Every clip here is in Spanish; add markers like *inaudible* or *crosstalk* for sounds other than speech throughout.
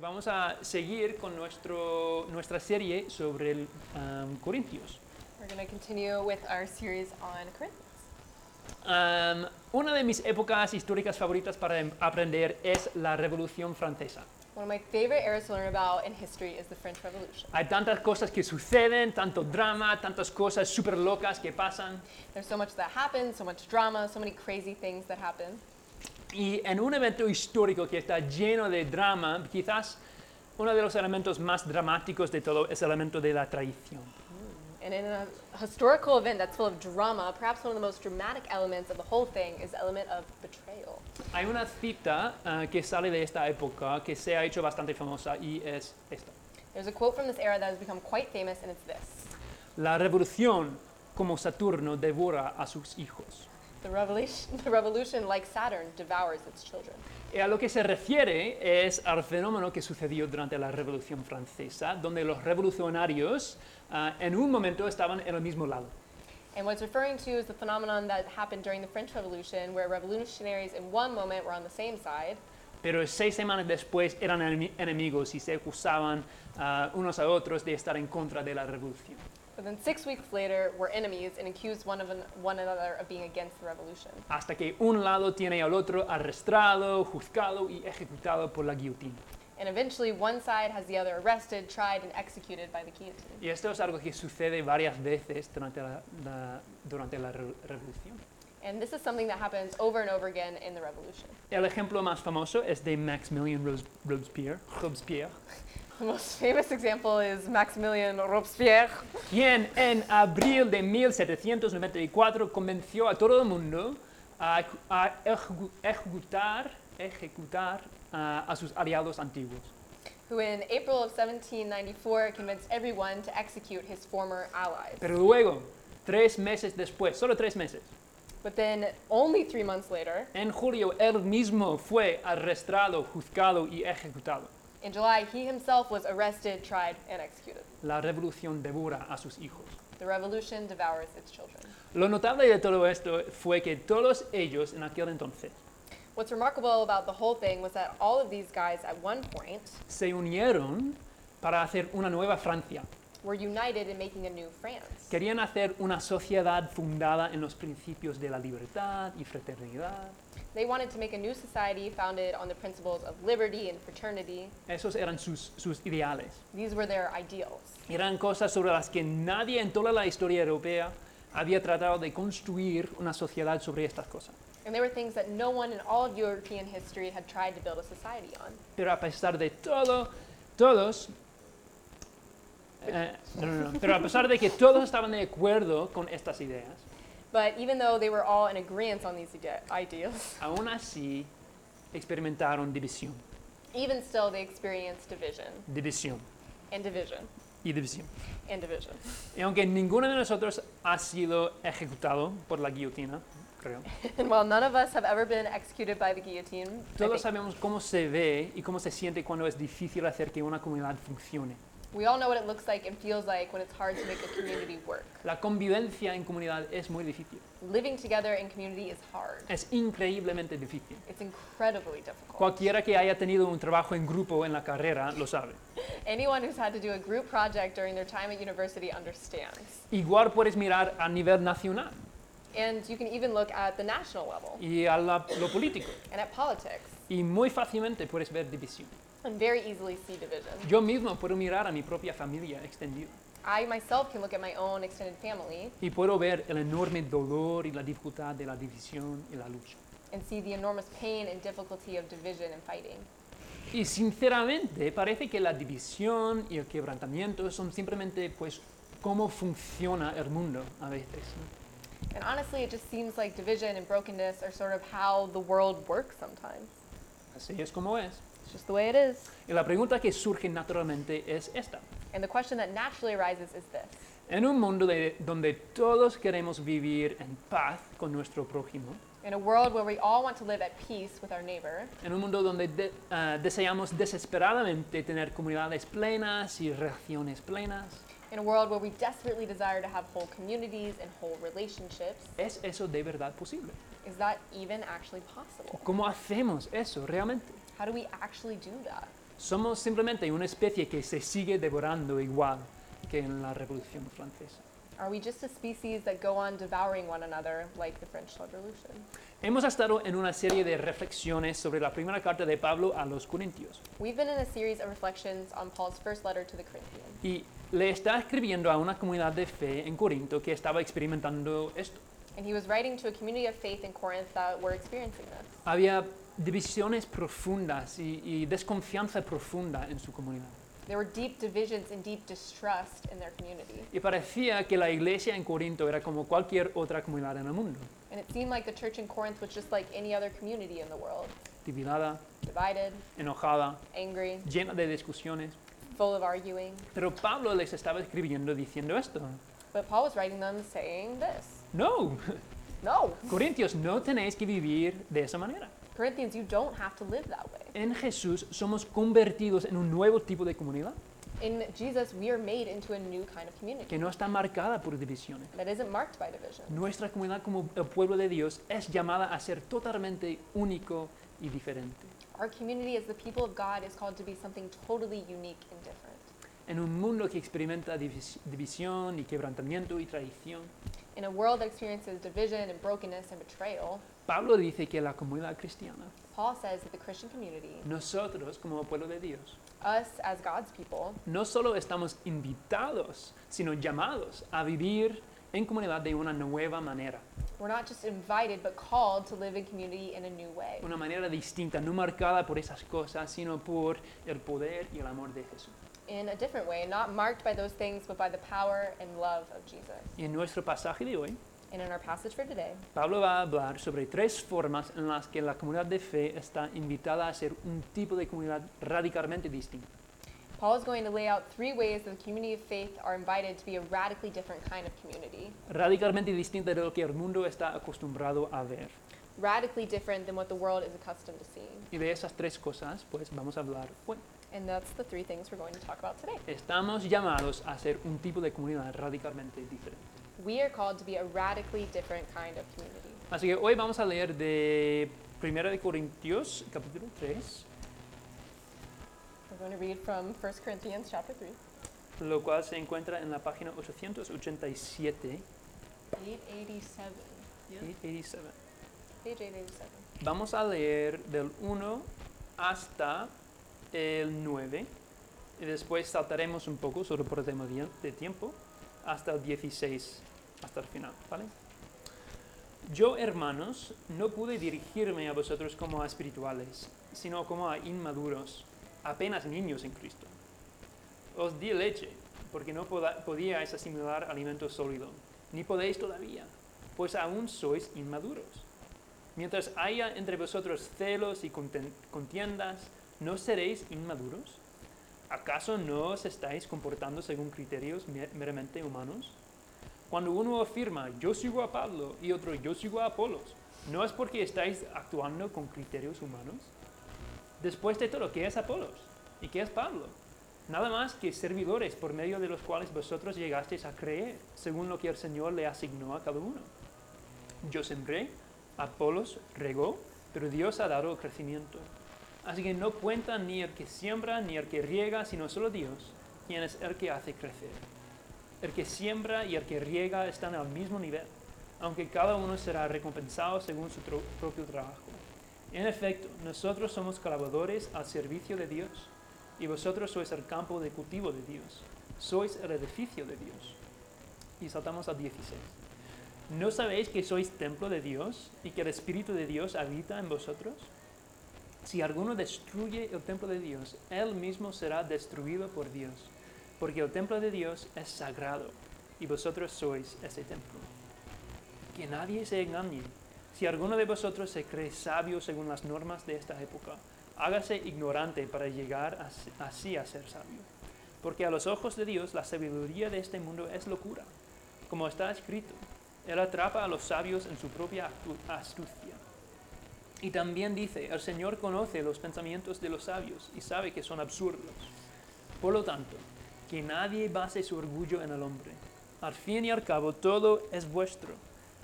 vamos a seguir con nuestro, nuestra serie sobre el, um, Corintios. We're going to continue with our series on Corinthians. Um, una de mis épocas históricas favoritas para em- aprender es la Revolución Francesa. One of my favorite eras to learn about in history is the French Revolution. Hay tantas cosas que suceden, tanto drama, tantas cosas súper locas que pasan. There's so much that happened, so much drama, so many crazy things that happen. Y en un evento histórico que está lleno de drama, quizás uno de los elementos más dramáticos de todo es el elemento de la traición. And in a historical event that's full of drama, perhaps one of the most dramatic elements of the whole thing is the element of betrayal. Hay una cita ah, que sale de esta época que se ha hecho bastante famosa y es esta. There's a quote from this era that has become quite famous, and it's this La revolución como Saturno devora a sus hijos. The revolution, *laughs* the revolution, like Saturn, devours its children. Y Eh, a lo que se refiere es al fenómeno que sucedió durante la Revolución Francesa, donde los revolucionarios ah, en un momento estaban en el mismo lado. And what it's referring to is the phenomenon that happened during the French Revolution, where revolutionaries in one moment were on the same side, Pero seis semanas después eran enemi- enemigos y se acusaban ah, unos a otros de estar en contra de la revolución. but then six weeks later were enemies and accused one, of an, one another of being against the revolution. Hasta que un lado tiene al otro arrestado, juzgado y ejecutado por la guillotina. And eventually, one side has the other arrested, tried, and executed by the guillotine. Y esto es algo que sucede varias veces durante la, la- durante la re- revolución. And this is something that happens over and over again in the revolution. El ejemplo más famoso es de Maximilien Robes- Robespierre, Robespierre, The most *laughs* famous example is Maximilien Robespierre, quien en abril de 1794 convenció a todo el mundo a, ecu- a ejecu- ejecutar, ejecutar ah, a sus aliados antiguos. who in April of 1794 convinced everyone to execute his former allies. Pero luego, tres meses después, solo tres meses, But then, only three months later, en julio él mismo fue arrestado, juzgado y ejecutado. in July, he himself was arrested, tried, and executed. La revolución devora a sus hijos. The revolution devours its children. Lo notable de todo esto fue que todos ellos en aquel entonces What's remarkable about the whole thing was that all of these guys at one point se unieron para hacer una nueva Francia. were united in making a new France. Querían hacer una sociedad fundada en los principios de la libertad y fraternidad. They wanted to make a new society founded on the principles of liberty and fraternity. Esos eran sus, sus ideales. These were their ideals. Eran cosas sobre las que nadie en toda la historia europea había tratado de construir una sociedad sobre estas cosas. And they were things that no one in all of European history had tried to build a society on. Pero a pesar de todo, todos... eh, no, no, no. Pero a pesar de que todos estaban de acuerdo con estas ideas, But even though they were all in agreement on these ide- ideals, *laughs* aún así experimentaron división, even still they experienced division división and division y división. and division. *laughs* Y aunque ninguno de nosotros ha sido ejecutado por la guillotina, creo, And while none of us have ever been executed by the guillotine, I todos think sabemos cómo se ve y cómo se siente cuando es difícil hacer que una comunidad funcione. we all know what it looks like and feels like when it's hard to make a community work. La convivencia en comunidad es muy difícil, Living together in community is hard. es increíblemente difícil. It's incredibly difficult. Cualquiera que haya tenido un trabajo en grupo en la carrera lo sabe. Anyone who's had to do a group project during their time at university understands. Igual puedes mirar a nivel nacional And you can even look at the national level y a la- lo político and at politics y muy fácilmente puedes ver división. and very easily see division. Yo mismo puedo mirar a mi propia familia extendida I myself can look at my own extended family y puedo ver el enorme dolor y la dificultad de la división y la lucha. and see the enormous pain and difficulty of division and fighting. Y sinceramente parece que la división y el quebrantamiento son simplemente pues cómo funciona el mundo a veces. ¿no? And honestly, it just seems like division and brokenness are sort of how the world works sometimes. Así es como es. It's just the way it is. Y la pregunta que surge naturalmente es esta. And the question that naturally arises is this En un mundo de- donde todos queremos vivir en paz con nuestro prójimo, In a world where we all want to live at peace with our neighbor, en un mundo donde de- ah, deseamos desesperadamente tener comunidades plenas y relaciones plenas, in a world where we desperately desire to have whole communities and whole relationships, ¿es eso de verdad posible? is that even actually possible? ¿Cómo hacemos eso realmente? How do we actually do that? Somos simplemente una especie que se sigue devorando igual que en la Revolución Francesa. Are we just a species that go on devouring one another like the French Revolution? Hemos estado en una serie de reflexiones sobre la primera carta de Pablo a los Corintios We've been in a series of reflections on Paul's first letter to the Corinthians. y le está escribiendo a una comunidad de fe en Corinto que estaba experimentando esto. And he was writing to a community of faith in Corinth that were experiencing this. Había divisiones profundas y, y desconfianza profunda en su comunidad. There were deep divisions and deep distrust in their community. Y parecía que la iglesia en Corinto era como cualquier otra comunidad en el mundo, And it seemed like the church in Corinth was just like any other community in the world dividida, divided, enojada, angry, llena de discusiones. full of arguing. Pero Pablo les estaba escribiendo diciendo esto. But Paul was writing them saying this No, No, Corintios, no tenéis que vivir de esa manera. Corinthians, you don't have to live that way. En Jesús somos convertidos en un nuevo tipo de comunidad In Jesus, we are made into a new kind of community que no está marcada por divisiones. that isn't marked by division. Nuestra comunidad como el pueblo de Dios es llamada a ser totalmente único y diferente. Our community as the people of God is called to be something totally unique and different. En un mundo que experimenta divis- división y quebrantamiento y traición, In a world that experiences division and brokenness and betrayal, Pablo dice que la comunidad cristiana, Paul says that the Christian community, nosotros como pueblo de Dios, us as God's people, no solo estamos invitados, sino llamados a vivir en comunidad de una nueva manera, we're not just invited but called to live in community in a new way. una manera distinta, no marcada por esas cosas, sino por el poder y el amor de Jesús. in a different way, not marked by those things, but by the power and love of Jesus. Y en nuestro pasaje de hoy, And in our passage for today, Pablo va a hablar sobre tres formas en las que la comunidad de fe está invitada a ser un tipo de comunidad radicalmente distinta. Paul is going to lay out three ways that the community of faith are invited to be a radically different kind of community, Radicalmente distinta de lo que el mundo está acostumbrado a ver. radically different than what the world is accustomed to seeing. Y de esas tres cosas, pues vamos a hablar hoy. And that's the three things we're going to talk about today. Estamos llamados a ser un tipo de comunidad radicalmente diferente. We are called to be a radically different kind of community. Así que hoy vamos a leer de 1 de Corintios, capítulo 3, We're going to read from 1 Corinthians chapter 3. lo cual se encuentra en la página 887. 887. 887. Page 887. Vamos a leer del 1 hasta el 9 y después saltaremos un poco, solo por tema de- de tiempo, hasta el 16, hasta el final, ¿vale? Yo, hermanos, no pude dirigirme a vosotros como a espirituales, sino como a inmaduros, apenas niños en Cristo. Os di leche, porque no poda- podíais asimilar alimento sólido, ni podéis todavía, pues aún sois inmaduros. Mientras haya entre vosotros celos y conten- contiendas, ¿no seréis inmaduros? ¿Acaso no os estáis comportando según criterios me- meramente humanos? Cuando uno afirma, yo sigo a Pablo, y otro, yo sigo a Apolos, ¿no es porque estáis actuando con criterios humanos? Después de todo, ¿qué es Apolos? ¿Y qué es Pablo? Nada más que servidores por medio de los cuales vosotros llegasteis a creer, según lo que el Señor le asignó a cada uno. Yo sembré, Apolos regó, pero Dios ha dado el crecimiento. Así que no cuenta ni el que siembra ni el que riega, sino solo Dios, quien es el que hace crecer. El que siembra y el que riega están al mismo nivel, aunque cada uno será recompensado según su tro- propio trabajo. En efecto, nosotros somos colaboradores al servicio de Dios, y vosotros sois el campo de cultivo de Dios, sois el edificio de Dios. Y saltamos al 16. ¿No sabéis que sois templo de Dios y que el Espíritu de Dios habita en vosotros? Si alguno destruye el templo de Dios, él mismo será destruido por Dios, porque el templo de Dios es sagrado y vosotros sois ese templo. Que nadie se engañe. Si alguno de vosotros se cree sabio según las normas de esta época, hágase ignorante para llegar a s- así a ser sabio. Porque a los ojos de Dios la sabiduría de este mundo es locura, como está escrito. Él atrapa a los sabios en su propia astu- astucia. Y también dice, el Señor conoce los pensamientos de los sabios y sabe que son absurdos. Por lo tanto, que nadie base su orgullo en el hombre. Al fin y al cabo, todo es vuestro,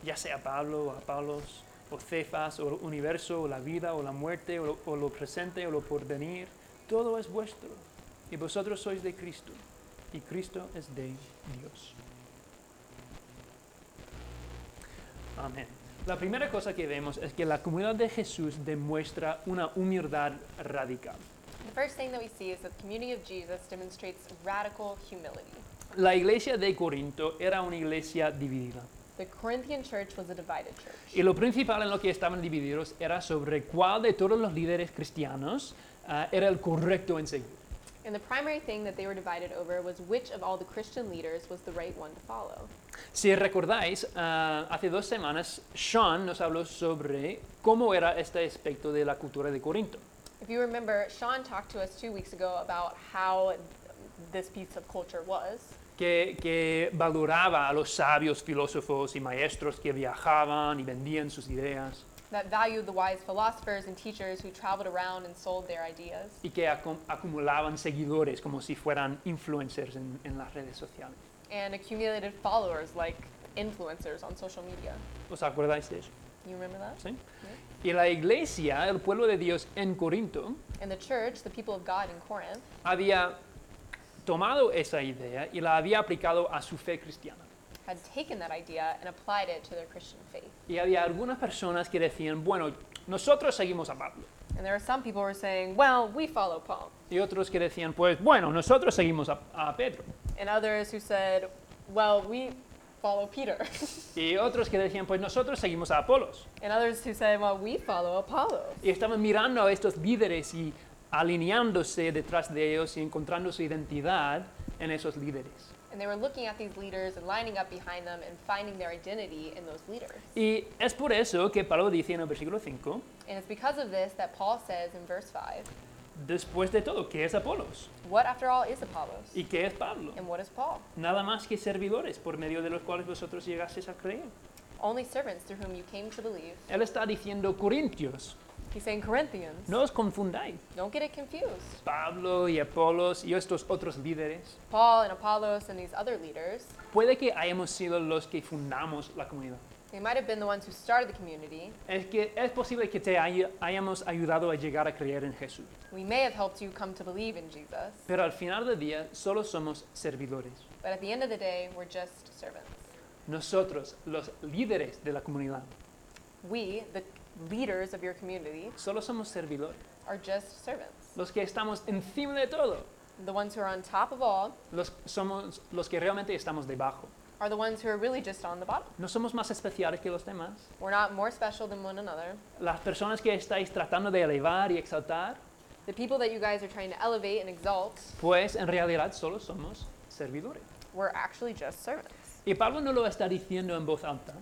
ya sea Pablo o Apolos, o Cefas, o el universo, o la vida, o la muerte, o lo, o lo presente, o lo porvenir, todo es vuestro y vosotros sois de Cristo y Cristo es de Dios. Amén. La primera cosa que vemos es que la comunidad de Jesús demuestra una humildad radical. The first thing that we see is that the community of Jesus demonstrates radical humility. La iglesia de Corinto era una iglesia dividida. The Corinthian church was a divided Y church. lo principal en lo que estaban divididos era sobre cuál de todos los líderes cristianos ah, era el correcto en seguir. And the primary thing that they were divided over was which of all the Christian leaders was the right one to follow. Si recordáis, ah, hace dos semanas Sean nos habló sobre cómo era este aspecto de la cultura de Corinto. If you remember, Sean talked to us two weeks ago about how this piece of culture was. que, que valoraba a los sabios filósofos y maestros que viajaban y vendían sus ideas that valued the wise philosophers and teachers who traveled around and sold their ideas, y que acu- acumulaban seguidores como si fueran influencers en, en las redes sociales. and accumulated followers like influencers on social media. ¿Os acordáis de eso? You remember that? ¿Sí? Y la iglesia, el pueblo de Dios en Corinto, And the church, the people of God in Corinth, había tomado esa idea y la había aplicado a su fe cristiana. had taken that idea and applied it to their Christian faith. Y había algunas personas que decían, bueno, nosotros seguimos a Pablo. And there were some people who were saying, well, we follow Paul. Y otros que decían, pues bueno, nosotros seguimos a- a Pedro. And others who said, well, we follow Peter. *laughs* Y otros que decían, pues nosotros seguimos a Apolos. and others who said, well, we follow Apollo. Y estaban mirando a estos líderes y alineándose detrás de ellos y encontrando su identidad en esos líderes. And they were looking at these leaders and lining up behind them and finding their identity in those leaders. Y es por eso que Pablo dice en el versículo 5, And it's because of this that Paul says in verse 5, después de todo, ¿qué es Apolos? What after all is Apollos? ¿Y qué es Pablo? And what is Paul? Nada más que servidores por medio de los cuales vosotros llegasteis a creer. Only servants through whom you came to believe. Él está diciendo, Corintios, He's saying Corinthians. no os confundáis. Don't get it confused. Pablo y Apolos y estos otros líderes, Paul and Apollos and these other leaders, puede que hayamos sido los que fundamos la comunidad. they might have been the ones who started the community. es que es posible que te haya- hayamos ayudado a llegar a creer en Jesús, We may have helped you come to believe in Jesus. pero al final del día solo somos servidores. But at the end of the day, we're just servants. Nosotros, los líderes de la comunidad, We, the leaders of your community, solo somos servidores. are just servants. Los que estamos encima de todo, The ones who are on top of all los, somos los que realmente estamos debajo. are the ones who are really just on the bottom. No somos más especiales que los demás. We're not more special than one another. Las personas que estáis tratando de elevar y exaltar, The people that you guys are trying to elevate and exalt, pues en realidad solo somos servidores. we're actually just servants. Y Pablo no lo está diciendo en voz alta,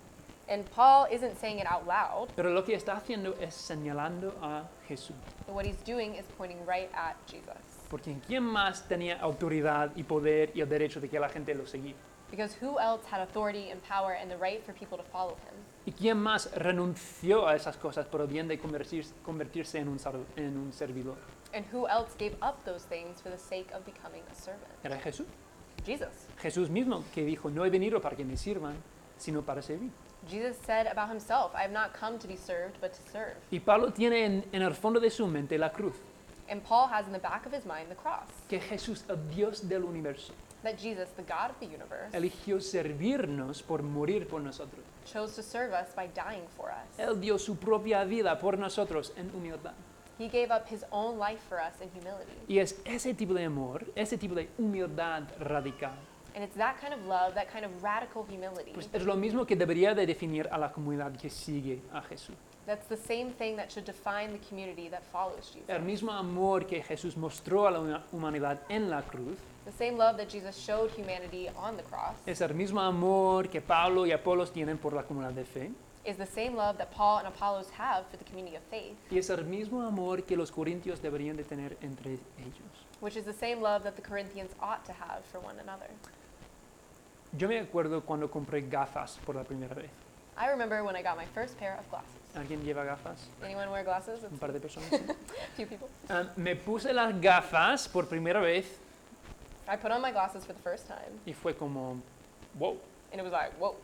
And Paul isn't saying it out loud, pero lo que está haciendo es señalando a Jesús. but what he's doing is pointing right at Jesus. Porque ¿quién más tenía autoridad y poder y el derecho de que la gente lo seguía? Because who else had authority and power and the right for people to follow him? ¿Y quién más renunció a esas cosas por el bien de convertir- convertirse en un, sar- en un servidor? And who else gave up those things for the sake of becoming a servant? Era Jesús. Jesus. Jesús mismo que dijo, no he venido para que me sirvan, sino para servir. Jesus said about himself, I have not come to be served, but to serve. Y Pablo tiene en, en el fondo de su mente la cruz, And Paul has in the back of his mind the cross que Jesús, el Dios del universo, that Jesus, the God of the universe, eligió servirnos por morir por nosotros. chose to serve us by dying for us. Él dio su propia vida por nosotros en humildad. He gave up his own life for us in humility. Y es ese tipo de amor, ese tipo de humildad radical And it's that kind of love, that kind of radical humility, Pues es lo mismo que debería de definir a la comunidad que sigue a Jesús. that's the same thing that should define the community that follows Jesus. El mismo amor que Jesús mostró a la huma- humanidad en la cruz The same love that Jesus showed humanity on the cross es el mismo amor que Pablo y Apolos tienen por la comunidad de fe is the same love that Paul and Apollos have for the community of faith, y es el mismo amor que los corintios deberían de tener entre ellos. which is the same love that the Corinthians ought to have for one another. Yo me acuerdo cuando compré gafas por la primera vez. I remember when I got my first pair of glasses. ¿Alguien lleva gafas? Anyone wear glasses? Un It's par de personas. sí. a few people. Ah, me puse las gafas por primera vez I put on my glasses for the first time, y fue como, wow, and it was like, whoa.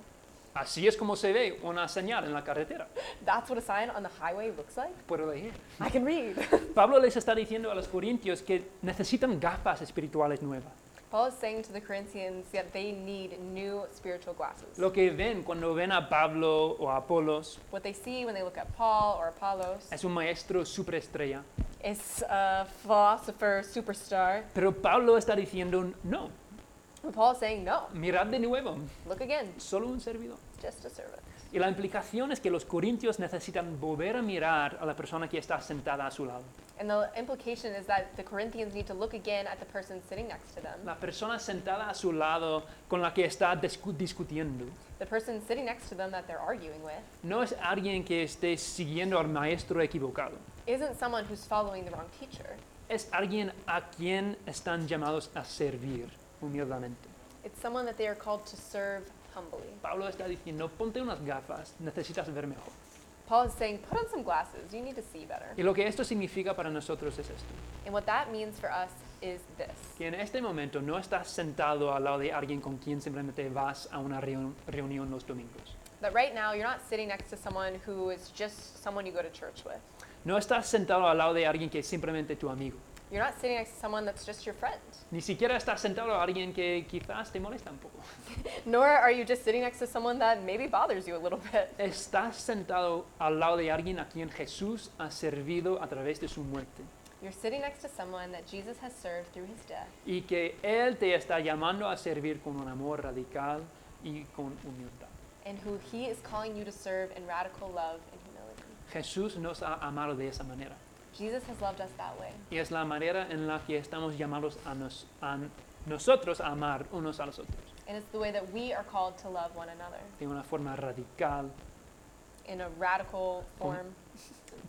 Así es como se ve una señal en la carretera. That's what a sign on the highway looks like? Puedo leer. I can read. Pablo les está diciendo a los corintios que necesitan gafas espirituales nuevas. Paul is saying to the Corinthians that they need new spiritual glasses. Lo que ven cuando ven a Pablo o a Apolos What they see when they look at Paul or Apollos es un maestro superestrella. is a philosopher superstar. Pero Pablo está diciendo, no, And Paul is saying, no, mirad de nuevo, look again, solo un servidor. it's just a servant. Y la implicación es que los corintios necesitan volver a mirar a la persona que está sentada a su lado. And the implication is that the Corinthians need to look again at the person sitting next to them. La persona sentada a su lado con la que está discu- discutiendo. The person sitting next to them that they're arguing with No es alguien que esté siguiendo al maestro equivocado. isn't someone who's following the wrong teacher. Es alguien a quien están llamados a servir humildemente. It's someone that they are called to serve humbly. Pablo está diciendo, ponte unas gafas, necesitas ver mejor. Paul is saying, put on some glasses, you need to see better. Y lo que esto significa para nosotros es esto, And what that means for us is this que en este momento no estás sentado al lado de alguien con quien simplemente vas a una reun- reunión los domingos. that right now you're not sitting next to someone who is just someone you go to church with. No estás sentado al lado de alguien que es simplemente tu amigo. You're not sitting next to someone that's just your friend. Ni siquiera estás sentado a alguien que quizás te molesta un poco. Nor are you just sitting next to someone that maybe bothers you a little *laughs* bit. Estás sentado al lado de alguien a quien Jesús ha servido a través de su muerte You're sitting next to someone that Jesus has served through his death. y que Él te está llamando a servir con un amor radical y con humildad. and who he is calling you to serve in radical love and humility. Jesús nos ha amado de esa manera Jesus has loved us that way. y es la manera en la que estamos llamados a, nos- a nosotros a amar unos a los otros And it's the way that we are called to love one another de una forma radical, in a radical Um, form,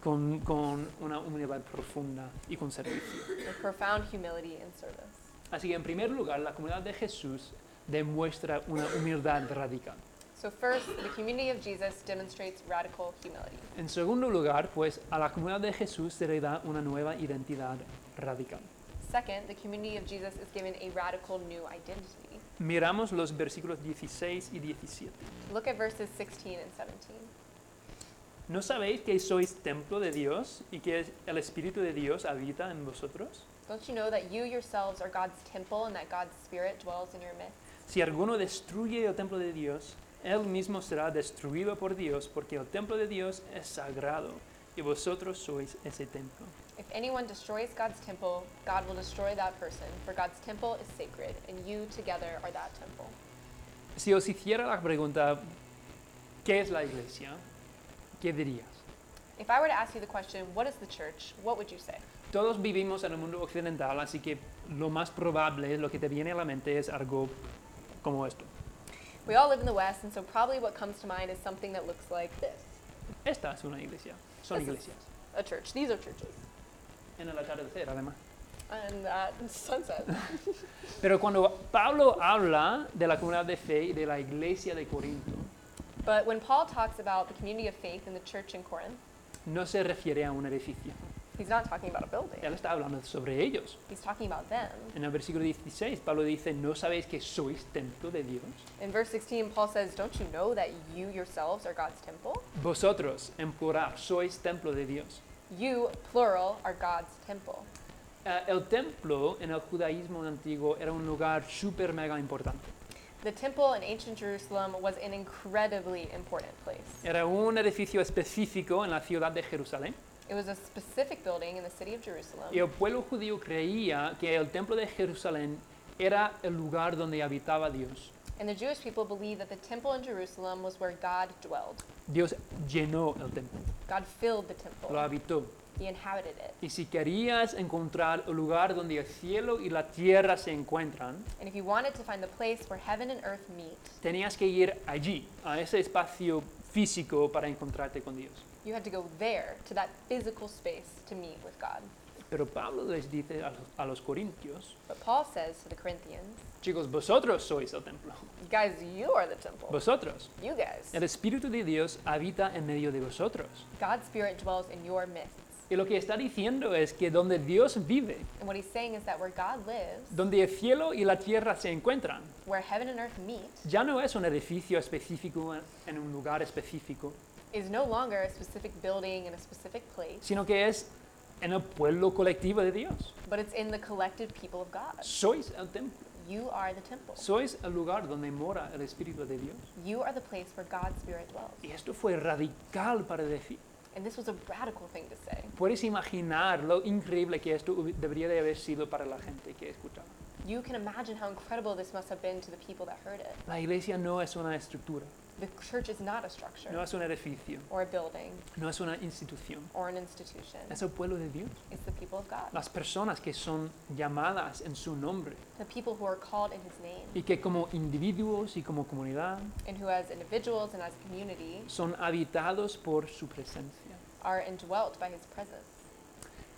con, con una humildad profunda y con servicio. with profound humility and service. Así que en primer lugar, la comunidad de Jesús demuestra una humildad radical. So, first, the community of Jesus demonstrates radical humility. En segundo lugar, pues a la comunidad de Jesús se le da una nueva identidad radical. Second, the community of Jesus is given a radical new identity. Miramos los versículos 16 y 17. Look at verses 16 and 17. ¿No sabéis que sois templo de Dios y que es- el Espíritu de Dios habita en vosotros? Don't you know that you yourselves are God's temple and that God's Spirit dwells in your midst? Si alguno destruye el templo de Dios, él mismo será destruido por Dios, porque el templo de Dios es sagrado y vosotros sois ese templo. If anyone destroys God's temple, God will destroy that person, for God's temple is sacred, and you together are that temple. Si os hiciera la pregunta, ¿qué es la iglesia? ¿Qué dirías? If I were to ask you the question, what is the church? What would you say? Todos vivimos en el mundo occidental, así que lo más probable, lo que te viene a la mente es algo como esto. We all live in the West, and so probably what comes to mind is something that looks like this Esta es una iglesia, son Esa es- iglesias. a church. These are churches. En el atardecer, además. And that *laughs* sunset. Pero cuando Pablo habla de la comunidad de fe y de la iglesia de Corinto, But when Paul talks about the community of faith and the church in Corinth, no se refiere a un edificio. he's not talking about a building, Él está hablando sobre ellos. he's talking about them. En el versículo 16, Pablo dice, ¿no sabéis que sois templo de Dios? In verse 16, Paul says, Don't you know that you yourselves are God's temple? Vosotros, en plural, sois templo de Dios. You, plural, are God's temple. Eh, el templo en el judaísmo antiguo era un lugar súper mega importante. The temple in ancient Jerusalem was an incredibly important place. Era un edificio específico en la ciudad de Jerusalén It was a specific building in the city of Jerusalem, y el pueblo judío creía que el templo de Jerusalén era el lugar donde habitaba Dios. and the Jewish people believed that the temple in Jerusalem was where God dwelled. Dios llenó el templo, God filled the lo temple, habitó. He inhabited it. Y si querías encontrar el lugar donde el cielo y la tierra se encuentran, And if you wanted to find the place where heaven and earth meet, tenías que ir allí, a ese espacio físico para encontrarte con Dios. you had to go there to that physical space to meet with God. Pero Pablo les dice a los- a los corintios, But Paul says to the Corinthians, Chicos, vosotros sois el templo. You guys, you are the temple. Vosotros. You guys. El Espíritu de Dios habita en medio de vosotros. God's Spirit dwells in your midst. Y lo que está diciendo es que donde Dios vive, And what he's saying is that where God lives, donde el cielo y la tierra se encuentran, where heaven and earth meet, ya no es un edificio específico en- en un lugar específico, is no longer a specific building in a specific place, sino que es en el pueblo colectivo de Dios. but it's in the collective people of God. Sois el templo, You are the temple. sois el lugar donde mora el Espíritu de Dios. You are the place where God's Spirit dwells. Y esto fue radical para decir. And this was a radical thing to say. Puedes imaginar lo increíble que esto hubi- debería de haber sido para la gente que escuchaba. You can imagine how incredible this must have been to the people that heard it. La iglesia no es una estructura, The church is not a structure, no es un edificio, or a building, no es una institución. or an institution. Es el pueblo de Dios. It's the people of God. Las personas que son llamadas en su nombre The people who are called in His name, y que como individuos y como comunidad and who, as individuals and as a community, son habitados por su presencia. are indwelt by His presence.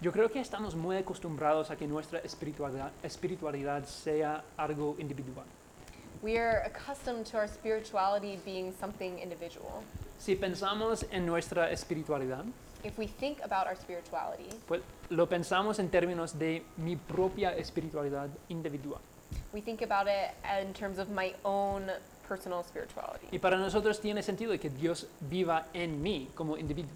Yo creo que estamos muy acostumbrados a que nuestra espiritualidad, espiritualidad sea algo individual. We are accustomed to our spirituality being something individual. Si pensamos en nuestra espiritualidad, If we think about our spirituality, pues lo pensamos en términos de mi propia espiritualidad individual. we think about it in terms of my own personal spirituality. Y para nosotros tiene sentido que Dios viva en mí como individuo,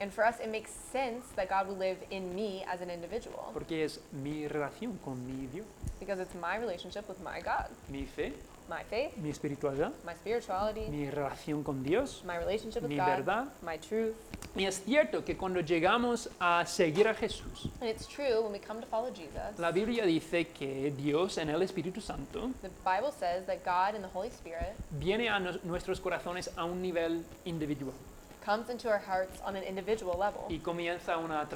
And for us, it makes sense that God would live in me as an individual porque es mi relación con mi Dios, because it's my relationship with my God, mi fe, my faith, mi espiritualidad, my spirituality, mi relación con Dios, my relationship with mi God, verdad. my truth. Y es cierto que cuando llegamos a seguir a Jesús, And it's true when we come to follow Jesus. la Biblia dice que Dios en el Espíritu Santo The Bible says that God and the Holy Spirit viene a nos- nuestros corazones a un nivel individual comes into our hearts on an individual level y comienza una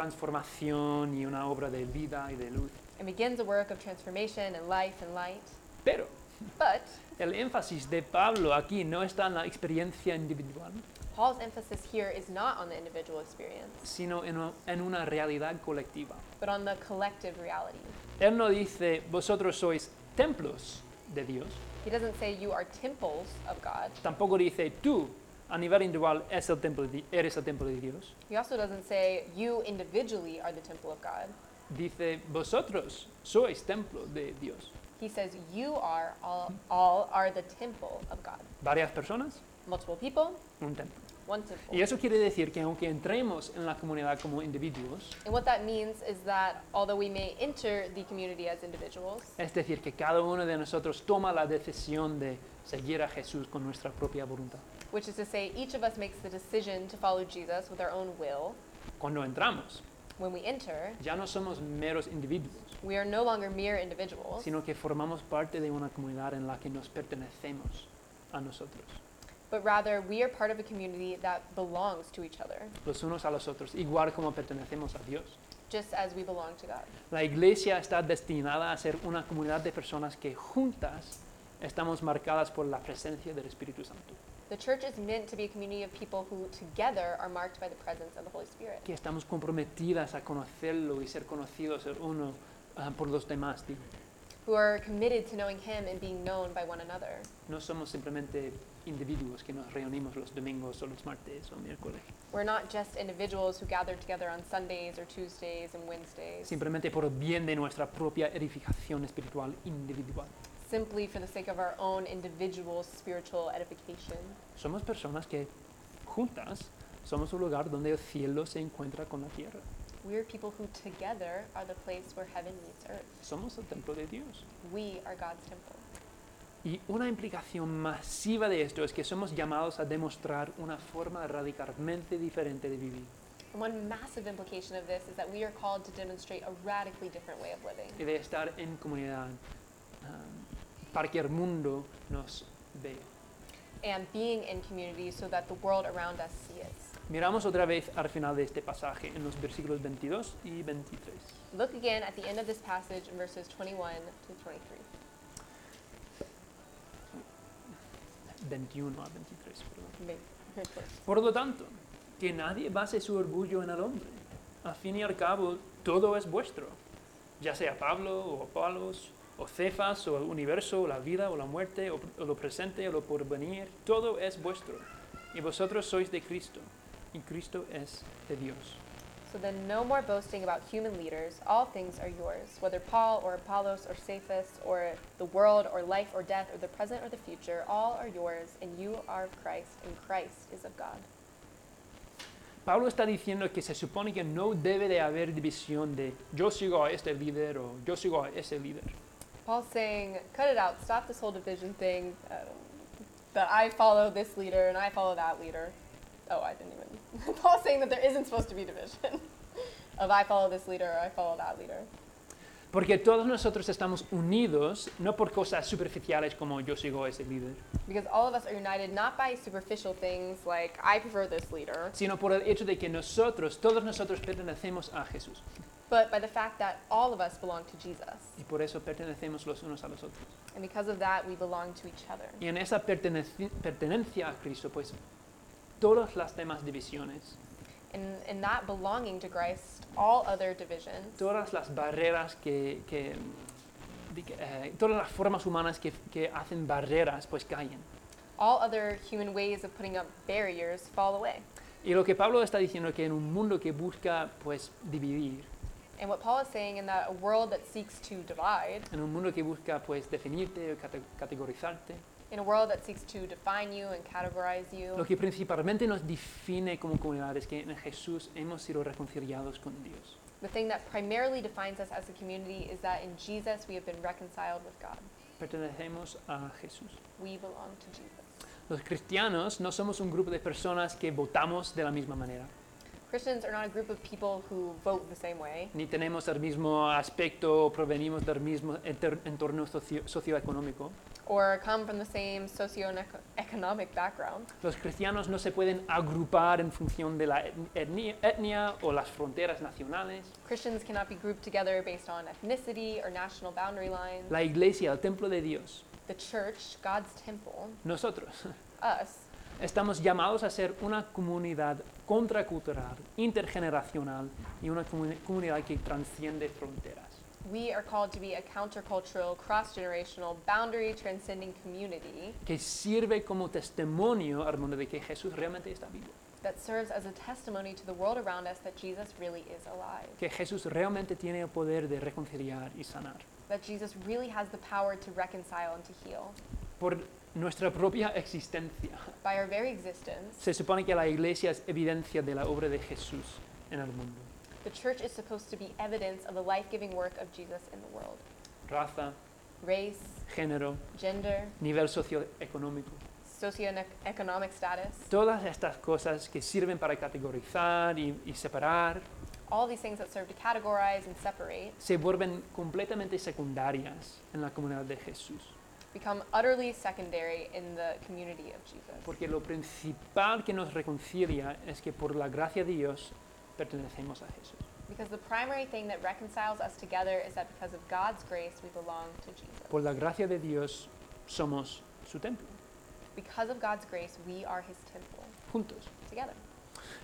transformación y una obra de vida y de luz. and begins a work of transformation and life and light. Pero But el énfasis de Pablo aquí no está en la experiencia individual, Paul's emphasis here is not on the individual experience, sino en, o- en una realidad colectiva. but on the collective reality. Él no dice, vosotros sois templos de Dios, He doesn't say you are temples of God. tampoco dice, tú a nivel individual es el templo de- eres el templo de Dios, He also doesn't say you individually are the temple of God. dice, vosotros sois templo de Dios. He says you are all, all are the temple of God. Varias personas, Multiple people, un templo. one temple. Y eso quiere decir que aunque entremos en la comunidad como individuos, And what that means is that although we may enter the community as individuals, es decir, que cada uno de nosotros toma la decisión de seguir a Jesús con nuestra propia voluntad. which is to say each of us makes the decision to follow Jesus with our own will, Cuando entramos, when we enter, ya no somos meros individuos, we are no longer mere individuals, sino que formamos parte de una comunidad en la que nos pertenecemos a nosotros, but rather we are part of a community that belongs to each other, los unos a los otros, igual como pertenecemos a Dios. just as we belong to God. La iglesia está destinada a ser una comunidad de personas que juntas estamos marcadas por la presencia del Espíritu Santo, The church is meant to be a community of people who together are marked by the presence of the Holy Spirit. que estamos comprometidas a conocerlo y ser conocidos el uno ah, por los demás. digo. who are committed to knowing Him and being known by one another. No somos simplemente individuos que nos reunimos los domingos o los martes o miércoles, We're not just individuals who gather together on Sundays or Tuesdays and Wednesdays simplemente por el bien de nuestra propia edificación espiritual individual. simply for the sake of our own individual spiritual edification. Somos personas que juntas somos un lugar donde el cielo se encuentra con la tierra. We're people who together are the place where heaven meets earth. Somos el templo de Dios. We are God's temple. Y una implicación masiva de esto es que somos llamados a demostrar una forma radicalmente diferente de vivir And one massive implication of this is that we are called to demonstrate a radically different way of living y de estar en comunidad um, para que el mundo nos vea. and being in community so that the world around us see it. Miramos otra vez al final de este pasaje en los versículos 22 y 23. Look again at the end of this passage in verses 21 to 23. 21 a 23, perdón. Maybe. Por lo tanto, que nadie base su orgullo en el hombre. Al fin y al cabo, todo es vuestro, ya sea Pablo o Apolos, o Cefas, o el universo, o la vida, o la muerte, o, o lo presente, o lo porvenir, todo es vuestro. Y vosotros sois de Cristo, y Cristo es de Dios. So then, no more boasting about human leaders. All things are yours, whether Paul or Apollos or Cephas or the world or life or death or the present or the future. All are yours, and you are of Christ, and Christ is of God. Pablo está diciendo que se supone que no debe de haber división de yo sigo a este líder o yo sigo a ese líder. Paul's saying, cut it out, stop this whole division thing uh, that I follow this leader and I follow that leader. Oh, I didn't even. *laughs* Paul's saying that there isn't supposed to be division *laughs* of I follow this leader or I follow that leader. Porque todos nosotros estamos unidos no por cosas superficiales como yo sigo a ese líder, Because all of us are united not by superficial things like I prefer this leader, sino por el hecho de que nosotros, todos nosotros pertenecemos a Jesús but by the fact that all of us belong to Jesus. y por eso pertenecemos los unos a los otros. And because of that, we belong to each other. Y en esa perteneci- pertenencia a Cristo, pues todas las demás divisiones, And in that belonging to Christ, all other divisions, todas las barreras que, que, di- que, eh, todas las formas humanas que, que hacen barreras, pues caen. all other human ways of putting up barriers fall away. Y lo que Pablo está diciendo que en un mundo que busca pues dividir, And what Paul is saying in that a world that seeks to divide, en un mundo que busca pues definirte, cate- categorizarte, in a world that seeks to define you and categorize lo you, que principalmente nos define como comunidad es que en Jesús hemos sido reconciliados con Dios. the thing that primarily defines us as a community is that in Jesus we have been reconciled with God. Pertenecemos a Jesús. We belong to Jesus. Los cristianos no somos un grupo de personas que votamos de la misma manera, Christians are not a group of people who vote the same way, ni tenemos el mismo aspecto o provenimos del mismo enter- entorno socio- socioeconómico. or come from the same socioeconomic background. Los cristianos no se pueden agrupar en función de la etni- etnia, etnia o las fronteras nacionales. Christians cannot be grouped together based on ethnicity or national boundary lines. La iglesia, el templo de Dios, the church, God's temple, nosotros us, estamos llamados a ser una comunidad contracultural, intergeneracional y una comuni- comunidad que transciende fronteras. we are called to be a countercultural, cross generational, boundary transcending community que sirve como testimonio al mundo de que Jesús realmente está vivo, that serves as a testimony to the world around us that Jesus really is alive, que Jesús realmente tiene el poder de reconciliar y sanar. that Jesus really has the power to reconcile and to heal. Por nuestra propia existencia, By our very existence, se supone que la iglesia es evidencia de la obra de Jesús en el mundo. the church is supposed to be evidence of the life giving work of Jesus in the world. Raza, Race, género, gender, nivel socioeconómico. socioeconomic status, Todas estas cosas que sirven para categorizar y, y separar all these things that serve to categorize and separate se vuelven completamente secundarias en la comunidad de Jesús. become utterly secondary in the community of Jesus. Porque lo principal que nos reconcilia es que por la gracia de Dios pertenecemos a Jesús. Because the primary thing that reconciles us together is that because of God's grace, we belong to Jesus. Por la gracia de Dios somos su templo, Because of God's grace, we are his temple juntos. together.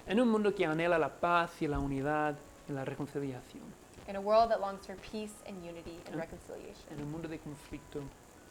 En un mundo que anhela la paz y la unidad y la reconciliación. In a world that longs for peace and unity and Mm. En reconciliation, un mundo de conflicto,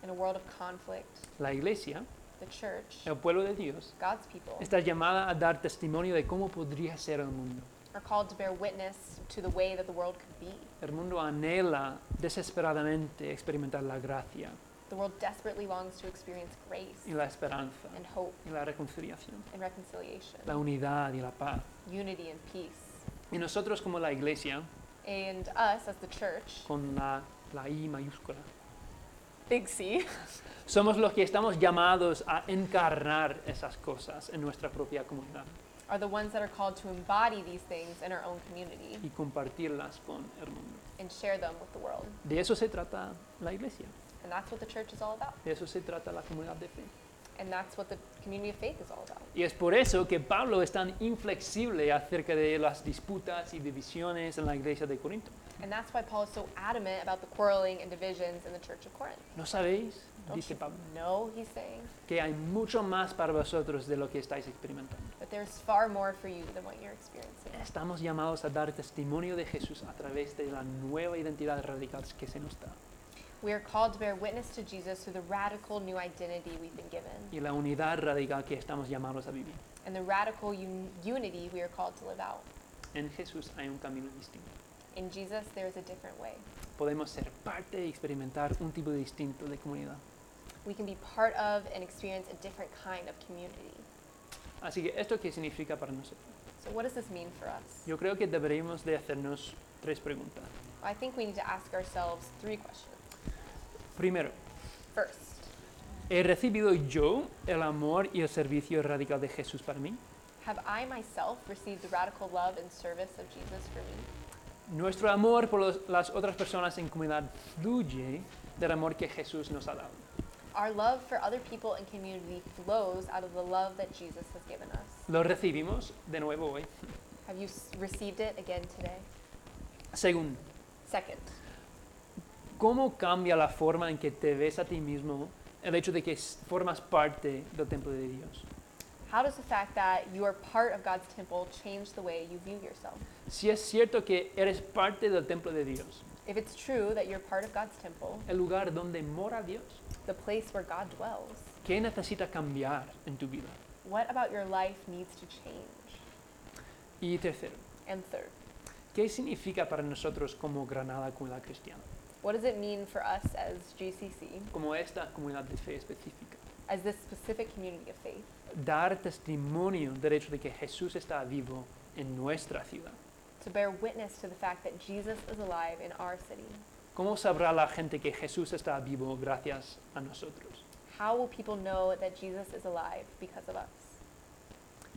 in a world of conflict, la iglesia, the church, el pueblo de Dios, God's people, está llamada a dar testimonio de cómo podría ser el mundo. are called to bear witness to the way that the world could be. El mundo anhela desesperadamente experimentar la gracia The world desperately longs to experience grace y la esperanza and hope y la reconciliación, and reconciliation, la unidad y la paz. unity and peace. Y nosotros como la iglesia, And us, as the church, con la, la I mayúscula, Big C, *laughs* somos los que estamos llamados a encarnar esas cosas en nuestra propia comunidad are the ones that are called to embody these things in our own community y compartirlas con el mundo. and share them with the world. De eso se trata la iglesia, And that's what the church is all about. de eso se trata la comunidad de fe. And that's what the community of faith is all about. Y es por eso que Pablo es tan inflexible acerca de las disputas y divisiones en la iglesia de Corinto. And that's why Paul is so adamant about the quarreling and divisions in the church of Corinth. ¿No sabéis? Don't Dice you Pablo, know, he's saying, que hay mucho más para vosotros de lo que estáis experimentando. that there's far more for you than what you're experiencing. Estamos llamados a dar testimonio de Jesús a través de la nueva identidad radical que se nos da We are called to bear witness to Jesus through the radical new identity we've been given y la unidad radical que estamos llamados a vivir. and the radical un- unity we are called to live out. En Jesús hay un camino distinto. In Jesus, there is a different way. Podemos ser parte y experimentar un tipo distinto de comunidad. We can be part of and experience a different kind of community. Así que esto qué significa para nosotros. So, what does this mean for us? Yo creo que deberíamos de hacernos tres preguntas. I think we need to ask ourselves three questions. Primero, First, ¿he recibido yo el amor y el servicio radical de Jesús para mí? have I myself received the radical love and service of Jesus for me? Nuestro amor por los- las otras personas en comunidad fluye del amor que Jesús nos ha dado. Our love for other people and community flows out of the love that Jesus has given us. Lo recibimos de nuevo hoy. Have you s- received it again today? Segundo, Second, ¿cómo cambia la forma en que te ves a ti mismo el hecho de que s- formas parte del templo de Dios? how does the fact that you are part of God's temple change the way you view yourself? Si es cierto que eres parte del templo de Dios, If it's true that you're part of God's temple, el lugar donde mora Dios, the place where God dwells, ¿qué necesita cambiar en tu vida? what about your life needs to change? Y tercero, And third, ¿qué significa para nosotros como Granada Comunidad Cristiana? what does it mean for us as GCC, Como esta comunidad de fe específica. as this specific community of faith, dar testimonio del hecho de que Jesús está vivo en nuestra ciudad? to bear witness to the fact that Jesus is alive in our city? ¿Cómo sabrá la gente que Jesús está vivo gracias a nosotros? How will people know that Jesus is alive because of us?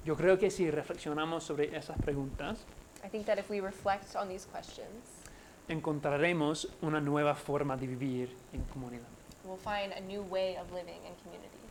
Yo creo que si reflexionamos sobre esas preguntas, I think that if we reflect on these questions, encontraremos una nueva forma de vivir en comunidad. we'll find a new way of living in community.